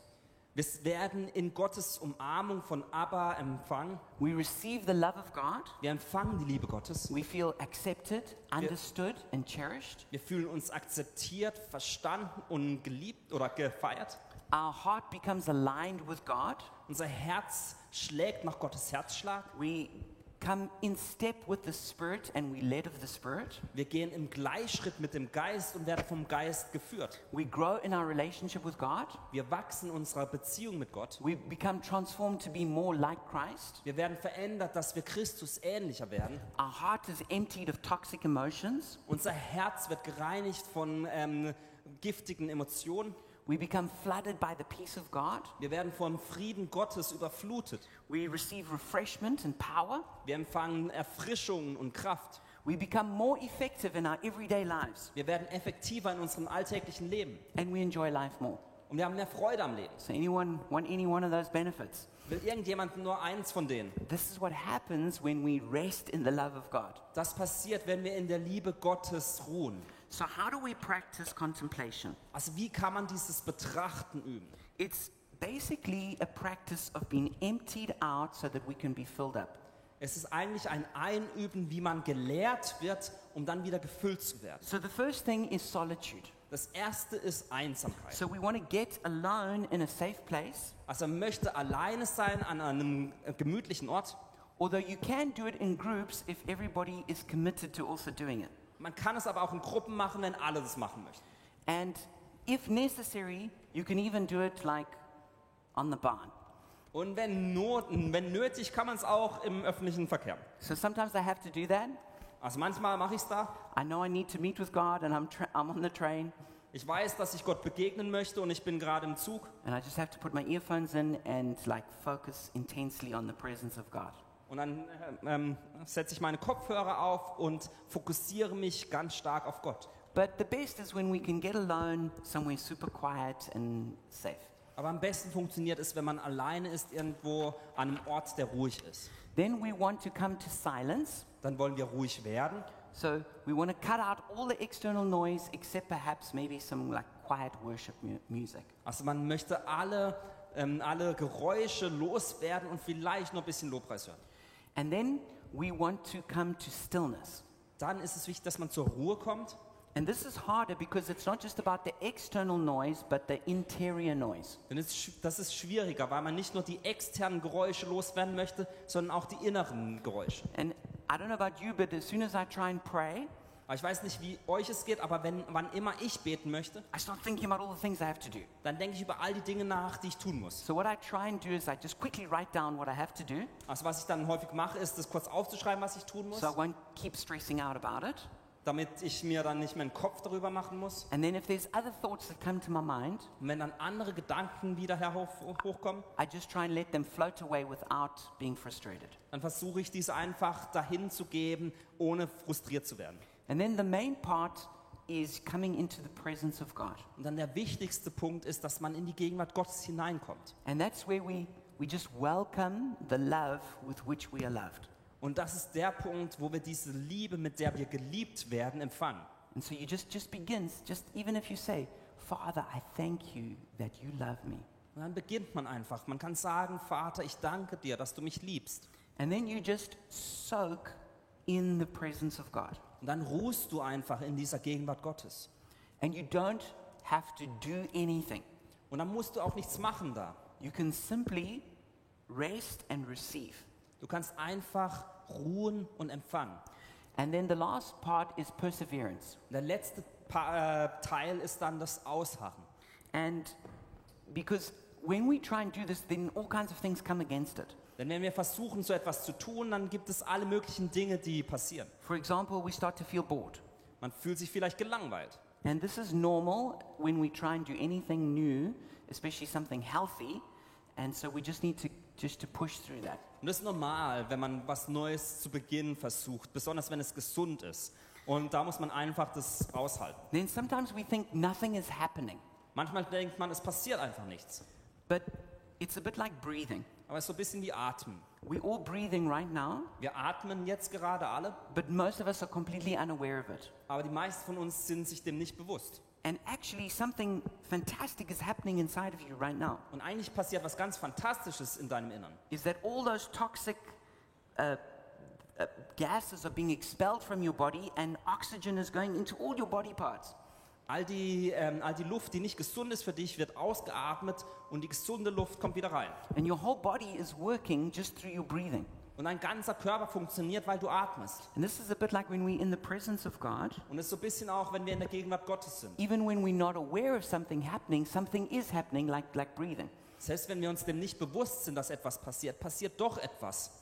Speaker 2: Wir werden in Gottes Umarmung von Abba empfangen.
Speaker 1: We receive the love of God.
Speaker 2: Wir empfangen die Liebe Gottes.
Speaker 1: We feel accepted, understood, and cherished.
Speaker 2: Wir fühlen uns akzeptiert, verstanden und geliebt oder gefeiert.
Speaker 1: Our heart becomes aligned with God.
Speaker 2: Unser Herz schlägt nach Gottes Herzschlag.
Speaker 1: We come in step with the Spirit and we led of the Spirit.
Speaker 2: Wir gehen im Gleichschritt mit dem Geist und werden vom Geist geführt.
Speaker 1: We grow in our relationship with God.
Speaker 2: Wir wachsen in unserer Beziehung mit Gott.
Speaker 1: We become transformed to be more like Christ.
Speaker 2: Wir werden verändert, dass wir Christus ähnlicher werden.
Speaker 1: Our heart is emptied of toxic emotions.
Speaker 2: Unser Herz wird gereinigt von ähm, giftigen Emotionen.
Speaker 1: We become flooded by the peace of God.
Speaker 2: Wir werden vom Frieden Gottes überflutet.
Speaker 1: We receive refreshment and power.
Speaker 2: Wir empfangen Erfrischungen und Kraft.
Speaker 1: We become more effective in our everyday lives
Speaker 2: Wir werden effektiver in unserem alltäglichen Leben.
Speaker 1: and we enjoy life more.
Speaker 2: Und wir haben mehr Freude am Leben.
Speaker 1: So, anyone want any one of those benefits?
Speaker 2: Will irgendjemand nur eins von denen?
Speaker 1: This is what happens when we rest in the love of God.
Speaker 2: Das passiert, wenn wir in der Liebe Gottes ruhen.
Speaker 1: So, how do we practice contemplation?
Speaker 2: Also wie kann man dieses Betrachten üben?
Speaker 1: It's basically a practice of being emptied out so that we can be filled up.
Speaker 2: Es ist eigentlich ein Einüben, wie man gelehrt wird, um dann wieder gefüllt zu werden.
Speaker 1: So, the first thing is solitude.
Speaker 2: Das erste ist Einsamkeit.
Speaker 1: So, we want to get alone in a safe place,
Speaker 2: Also man möchte alleine sein an einem äh, gemütlichen Ort.
Speaker 1: although you can do it in groups if everybody is committed to also doing it.
Speaker 2: Man kann es aber auch in Gruppen machen, wenn alle das machen möchten.
Speaker 1: And if necessary, you can even do it like on the barn.
Speaker 2: Und wenn, not, wenn nötig, kann man es auch im öffentlichen Verkehr.
Speaker 1: So sometimes I have to do that.
Speaker 2: Also manchmal mache ich es da.
Speaker 1: I know I need to meet with God and I'm, tra- I'm on the train
Speaker 2: Ich weiß, dass ich Gott begegnen möchte und ich bin gerade im Zug.
Speaker 1: and I just have to put my earphones in and like focus intensely on the presence of God.
Speaker 2: Und dann äh, ähm, setze ich meine Kopfhörer auf und fokussiere mich ganz stark auf Gott.
Speaker 1: But the best is when we can get alone somewhere super quiet and safe.
Speaker 2: Aber am besten funktioniert es, wenn man alleine ist, irgendwo an einem Ort, der ruhig ist.
Speaker 1: Then we want to come to silence.
Speaker 2: Dann wollen wir ruhig werden.
Speaker 1: So we want to cut out all the external noise except perhaps maybe some like quiet worship mu- music.
Speaker 2: Also man möchte alle, ähm, alle Geräusche loswerden und vielleicht noch ein bisschen Lobpreis hören.
Speaker 1: And then we want to come to stillness.
Speaker 2: Dann ist es wichtig, dass man zur Ruhe kommt.
Speaker 1: And this is harder because it's not just about the external noise, but the interior noise.
Speaker 2: Denn es, sch- das ist schwieriger, weil man nicht nur die externen Geräusche loswerden möchte, sondern auch die inneren Geräusche.
Speaker 1: And I don't know about you, but as soon as I try and pray,
Speaker 2: Aber ich weiß nicht, wie euch es geht, aber wenn, wann immer ich beten möchte,
Speaker 1: I start thinking about all the things I have to do.
Speaker 2: dann denke ich über all die Dinge nach, die ich tun muss.
Speaker 1: So what I try and do is I just quickly write down what I have to do,
Speaker 2: Also was ich dann häufig mache, ist, das kurz aufzuschreiben, was ich tun muss,
Speaker 1: so I won't keep stressing out about it.
Speaker 2: damit ich mir dann nicht meinen Kopf darüber machen muss.
Speaker 1: And then if there's other thoughts that come to my mind,
Speaker 2: Und wenn dann andere Gedanken wieder herauf, hochkommen,
Speaker 1: I just try and let them float away without being frustrated.
Speaker 2: dann versuche ich dies einfach dahin zu geben, ohne frustriert zu werden.
Speaker 1: And then the main part is coming into the presence of God.
Speaker 2: Und dann der wichtigste Punkt ist, dass man in die Gegenwart Gottes hineinkommt.
Speaker 1: And that's where we, we just welcome the love with which we are loved.
Speaker 2: Und das ist der Punkt, wo wir diese Liebe, mit der wir geliebt werden, empfangen.
Speaker 1: And so you just, just begins, just even if you say, Father, I thank you that you love me.
Speaker 2: Und dann beginnt man einfach. Man kann sagen, Vater, ich danke dir, dass du mich liebst.
Speaker 1: And then you just soak in the presence of God.
Speaker 2: Und dann ruhst du einfach in dieser Gegenwart Gottes.
Speaker 1: And you don't have to do anything.
Speaker 2: Und dann musst du auch nichts machen da.
Speaker 1: You can simply rest and receive.
Speaker 2: Du kannst einfach ruhen und empfangen.
Speaker 1: And then the last part is perseverance.
Speaker 2: Und der letzte pa äh, Teil ist dann das Ausharren.
Speaker 1: And because when we try and do this, then all kinds of things come against it.
Speaker 2: Denn wenn wir versuchen, so etwas zu tun, dann gibt es alle möglichen Dinge, die passieren.
Speaker 1: For example, we start to feel bored.
Speaker 2: Man fühlt sich vielleicht gelangweilt.
Speaker 1: And this is normal when we try and do anything new, especially something healthy. And so we just need to just to push through that.
Speaker 2: Und das ist normal, wenn man was Neues zu Beginn versucht, besonders wenn es gesund ist. Und da muss man einfach das aushalten.
Speaker 1: Then sometimes we think nothing is happening,
Speaker 2: Manchmal denkt man, es passiert einfach nichts.
Speaker 1: but it's a bit like breathing.
Speaker 2: Aber es ist so ein bisschen wie Atmen.
Speaker 1: We're all breathing right now,
Speaker 2: Wir atmen jetzt gerade alle,
Speaker 1: but most of us are completely unaware of it.
Speaker 2: aber die meisten von uns sind sich dem nicht bewusst.
Speaker 1: And actually, something fantastic is happening inside of you right now.
Speaker 2: Und eigentlich passiert was ganz Fantastisches in deinem Innern.
Speaker 1: Is that all those toxic uh, uh, gases are being expelled from your body, and oxygen is going into all your body parts.
Speaker 2: All die, ähm, all die Luft, die nicht gesund ist für dich, wird ausgeatmet und die gesunde Luft kommt wieder rein.
Speaker 1: And your whole body is working just through your breathing.
Speaker 2: Und dein ganzer Körper funktioniert, weil du atmest.
Speaker 1: And this is a bit like when we're in the presence of God.
Speaker 2: Und es ist so ein bisschen auch, wenn wir in der Gegenwart Gottes sind.
Speaker 1: Even when we're not aware of something happening, something is happening, like, like breathing.
Speaker 2: Selbst wenn wir uns dem nicht bewusst sind, dass etwas passiert, passiert doch etwas.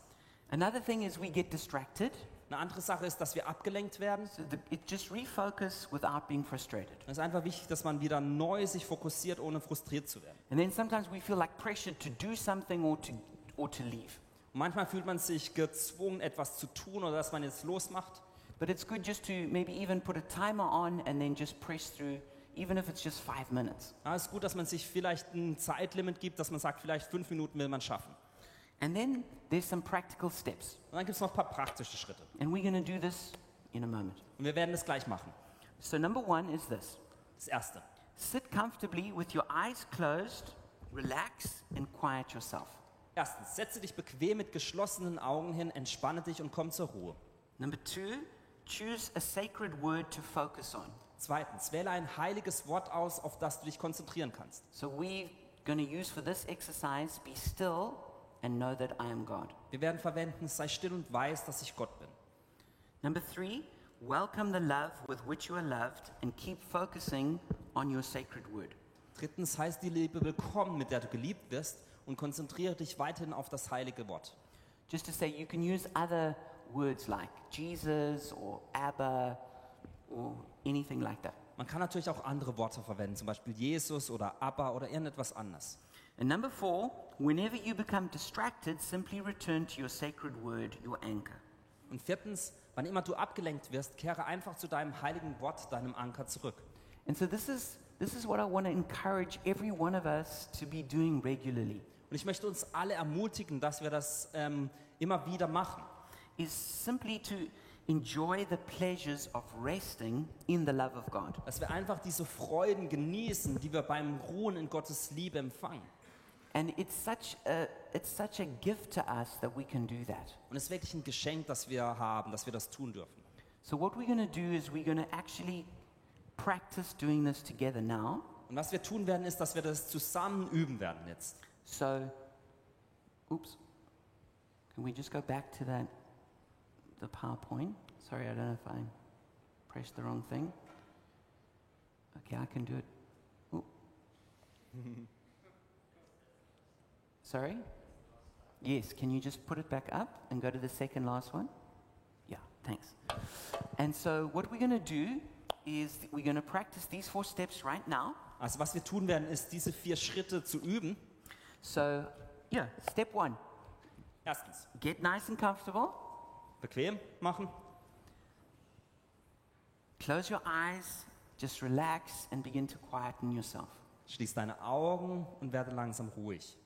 Speaker 1: Another thing is we get distracted.
Speaker 2: Eine andere Sache ist, dass wir abgelenkt werden.
Speaker 1: So the, it just refocus without being frustrated.
Speaker 2: Es ist einfach wichtig, dass man wieder neu sich fokussiert, ohne frustriert zu werden.
Speaker 1: And then sometimes we feel like pressured to do something or to, or to leave.
Speaker 2: Und manchmal fühlt man sich gezwungen, etwas zu tun oder dass man jetzt losmacht.
Speaker 1: But it's good just to maybe even put a timer on and then just press through, even if it's just five minutes.
Speaker 2: Ja, es ist gut, dass man sich vielleicht ein Zeitlimit gibt, dass man sagt, vielleicht fünf Minuten will man schaffen.
Speaker 1: And then there's some practical steps.
Speaker 2: Und dann gibt es noch ein paar praktische Schritte.
Speaker 1: And we're going to do this in a moment.
Speaker 2: Und wir werden das gleich machen.
Speaker 1: So, number one is this
Speaker 2: Das Erste.
Speaker 1: sit comfortably with your eyes closed, relax, and quiet yourself.
Speaker 2: Erstens, setze dich bequem mit geschlossenen Augen hin, entspanne dich und komm zur Ruhe.
Speaker 1: Number two, choose a sacred word to focus on.
Speaker 2: Zweitens, wähle ein heiliges Wort aus, auf das du dich konzentrieren kannst.
Speaker 1: So, we're going to use for this exercise be still and know that I am God.
Speaker 2: Wir werden verwenden, sei still und weiß, dass ich Gott bin.
Speaker 1: Number three, welcome the love with which you are loved and keep focusing on your sacred word.
Speaker 2: Drittens, heißt die Liebe willkommen, mit der du geliebt wirst und konzentriere dich weiterhin auf das heilige Wort.
Speaker 1: Just to say, you can use other words like Jesus or Abba or anything like that.
Speaker 2: Man kann natürlich auch andere Worte verwenden, zum Beispiel Jesus oder Abba oder irgendetwas anderes.
Speaker 1: And number four, whenever you become distracted, simply return to your sacred word, your anchor.
Speaker 2: Und viertens, wann immer du abgelenkt wirst, kehre einfach zu deinem heiligen Wort, deinem Anker zurück.
Speaker 1: And so this is this is what I want to encourage every one of us to be doing regularly.
Speaker 2: Und ich möchte uns alle ermutigen, dass wir das ähm, immer wieder machen.
Speaker 1: Is simply to enjoy the pleasures of resting in the love of God.
Speaker 2: Dass wir einfach diese Freuden genießen, die wir beim Ruhen in Gottes Liebe empfangen.
Speaker 1: And it's such a it's such a gift to us that we can do that.
Speaker 2: Und es ist wirklich ein Geschenk, das wir haben, dass wir das tun dürfen.
Speaker 1: So what we're going to do is we're going to actually practice doing this together now.
Speaker 2: Und was wir tun werden, ist, dass wir das zusammen üben werden jetzt.
Speaker 1: So oops. Can we just go back to that the PowerPoint? Sorry, I don't know if I pressed the wrong thing. Okay, I can do it. Oop. Sorry? Yes, can you just put it back up and go to the second last one? Yeah, thanks. And so, what we're going to do is we're going to practice these four steps right now.
Speaker 2: Also was wir tun werden, ist, diese vier Schritte zu üben.
Speaker 1: So, yeah, step one
Speaker 2: Erstens,
Speaker 1: get nice and comfortable,
Speaker 2: bequem machen.
Speaker 1: close your eyes, just relax, and begin to quieten yourself.
Speaker 2: Schließ deine Augen und werde langsam ruhig.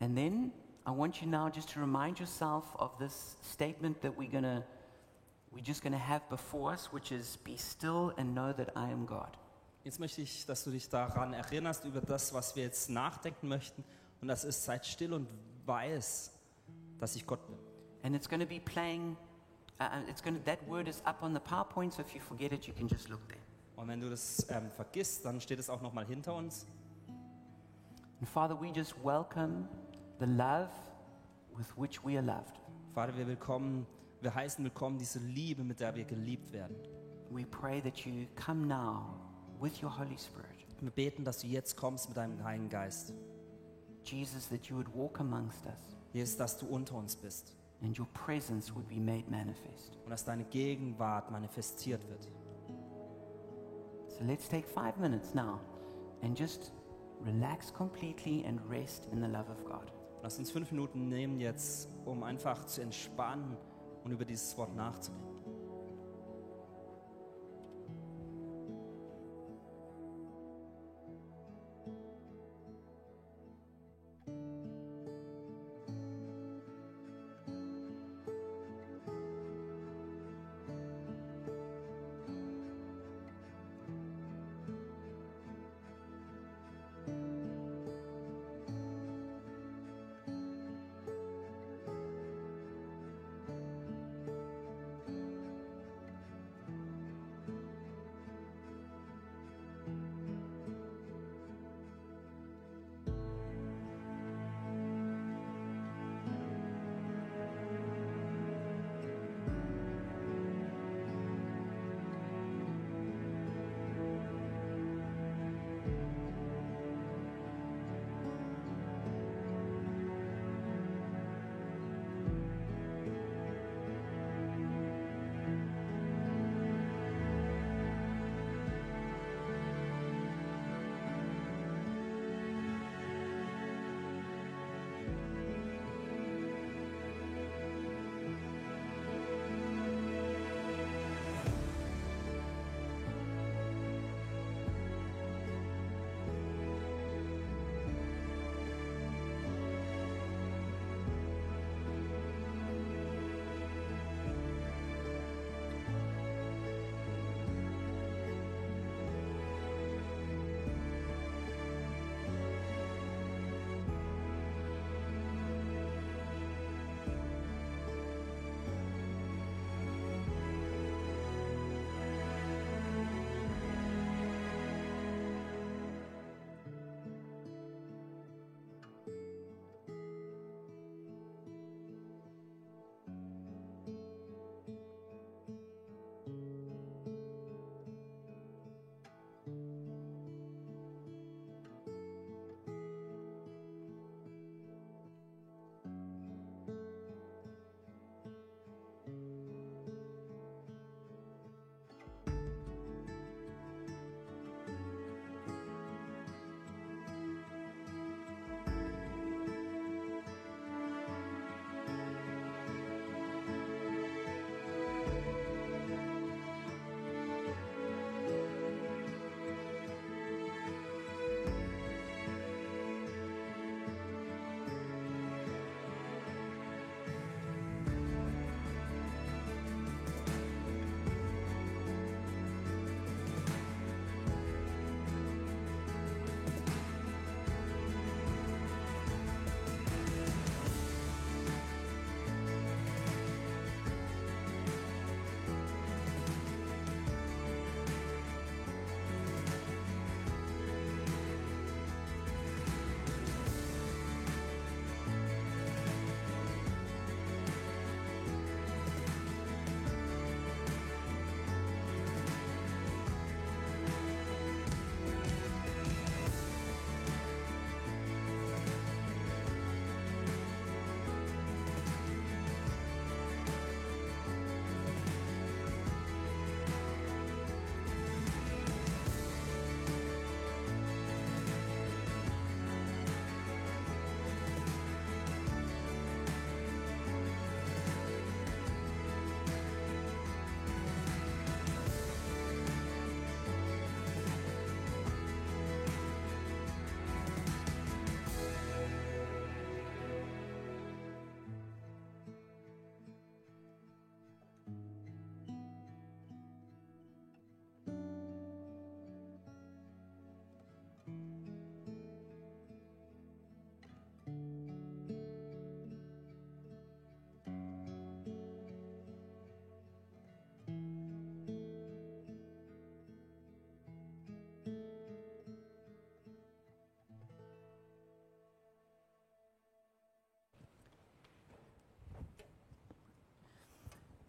Speaker 1: And then I want you now just to remind yourself of this statement that we're gonna, we're just gonna have before us, which is be still and know that I am God.
Speaker 2: Jetzt möchte ich, dass du dich daran erinnerst, über das, was wir jetzt nachdenken möchten. Und das ist, seid still und weiß, dass ich Gott bin.
Speaker 1: And it's gonna be playing. Uh, uh, it's gonna. That word is up on the PowerPoint, so if you forget it, you can just look there.
Speaker 2: Und wenn du das ähm, vergisst, dann steht es auch nochmal hinter uns.
Speaker 1: And Father, we just welcome the love with which we are loved.
Speaker 2: Vater, wir willkommen, wir heißen willkommen diese Liebe, mit der wir geliebt werden.
Speaker 1: We pray that you come now with your Holy Spirit,
Speaker 2: Wir beten, dass du jetzt kommst mit deinem Heiligen Geist.
Speaker 1: Jesus, that you would walk amongst us
Speaker 2: Jesus, dass du unter uns bist
Speaker 1: and your presence would be made manifest.
Speaker 2: und dass deine Gegenwart manifestiert wird.
Speaker 1: So let's take five minutes now and just relax completely and rest in the love of God.
Speaker 2: Lass uns fünf Minuten nehmen jetzt, um einfach zu entspannen und über dieses Wort nachzudenken.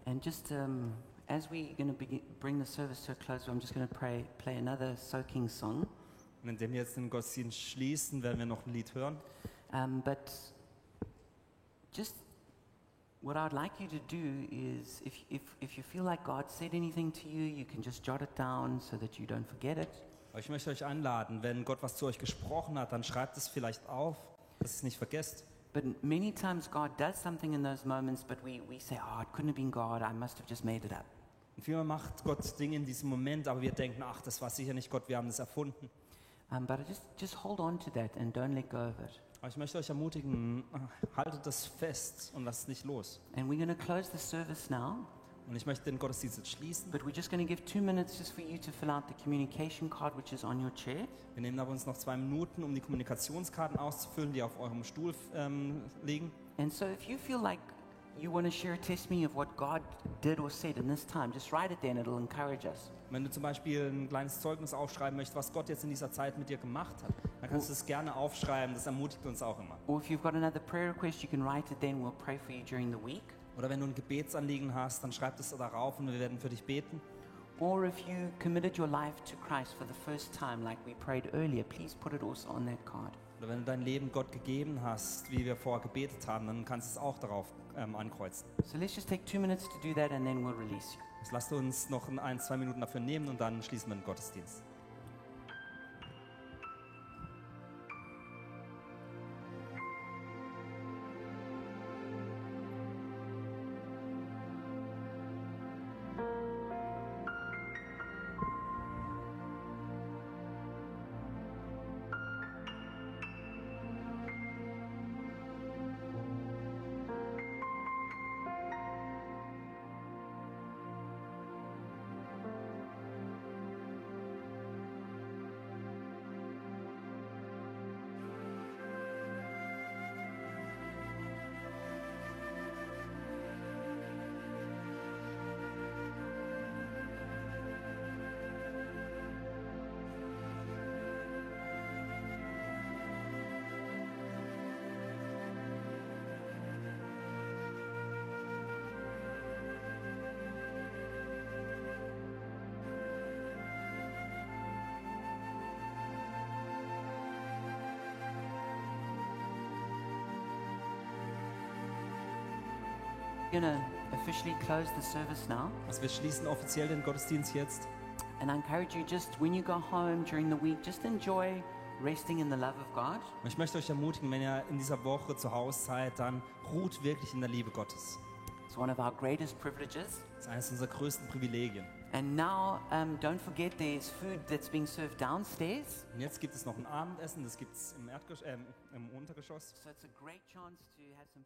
Speaker 1: And just um, as we're going to begin, bring the service to a close, I'm just going to pray, play another soaking song.
Speaker 2: Und indem wir jetzt den Gottesdienst schließen, werden wir noch ein Lied hören.
Speaker 1: Um, but just what I'd like you to do is if, if, if you feel like God said anything to you, you can just jot it down so that you don't forget it.
Speaker 2: Aber ich möchte euch einladen, wenn Gott was zu euch gesprochen hat, dann schreibt es vielleicht auf, dass es nicht vergesst.
Speaker 1: But m- many times God does something in those moments, but we, we say, oh, it couldn't have been God. I must have just made it up.
Speaker 2: Und vielmehr macht Gott Dinge in diesem Moment, aber wir denken, ach, das war sicher nicht Gott, wir haben es erfunden.
Speaker 1: Um, but I just, just hold on to that and don't let go of it.
Speaker 2: Aber ich möchte euch ermutigen, haltet das fest und lasst es nicht los.
Speaker 1: And we're going to close the service now,
Speaker 2: Und ich möchte den Gottesdienst jetzt schließen.
Speaker 1: but we're just going to give two minutes just for you to fill out the communication card which is on your chair.
Speaker 2: Wir nehmen aber uns noch zwei Minuten, um die Kommunikationskarten auszufüllen, die auf eurem Stuhl ähm, liegen.
Speaker 1: And so if you feel like you want to share a testimony of what God did or said in this time, just write it there and it'll encourage us.
Speaker 2: Wenn du zum Beispiel ein kleines Zeugnis aufschreiben möchtest, was Gott jetzt in dieser Zeit mit dir gemacht hat, dann kannst du es gerne aufschreiben, das ermutigt uns auch immer.
Speaker 1: Or if you've got another prayer request, you can write it there and we'll pray for you during the week.
Speaker 2: Oder wenn du ein Gebetsanliegen hast, dann schreib es darauf und wir werden für dich beten.
Speaker 1: Or if you committed your life to Christ for the first time, like we prayed earlier, please put it also on that card.
Speaker 2: Oder wenn du dein Leben Gott gegeben hast, wie wir vorher gebetet haben, dann kannst du es auch darauf ähm, ankreuzen.
Speaker 1: So let's just take two minutes to do that and then we'll release you.
Speaker 2: Jetzt lasst uns noch ein, ein, zwei Minuten dafür nehmen und dann schließen wir den Gottesdienst.
Speaker 1: We're going to officially close the service now.
Speaker 2: Also wir schließen offiziell den Gottesdienst jetzt.
Speaker 1: And I encourage you just when you go home during the week, just enjoy resting in the love of God.
Speaker 2: Und ich möchte euch ermutigen, wenn ihr in dieser Woche zu Hause seid, dann ruht wirklich in der Liebe Gottes.
Speaker 1: It's one of our greatest privileges.
Speaker 2: Das ist eines unserer größten Privilegien.
Speaker 1: And now, um, don't forget there's food that's being served downstairs.
Speaker 2: Und jetzt gibt es noch ein Abendessen, das gibt es im, Erdgesch- äh, im Untergeschoss.
Speaker 1: So it's a great chance to have some.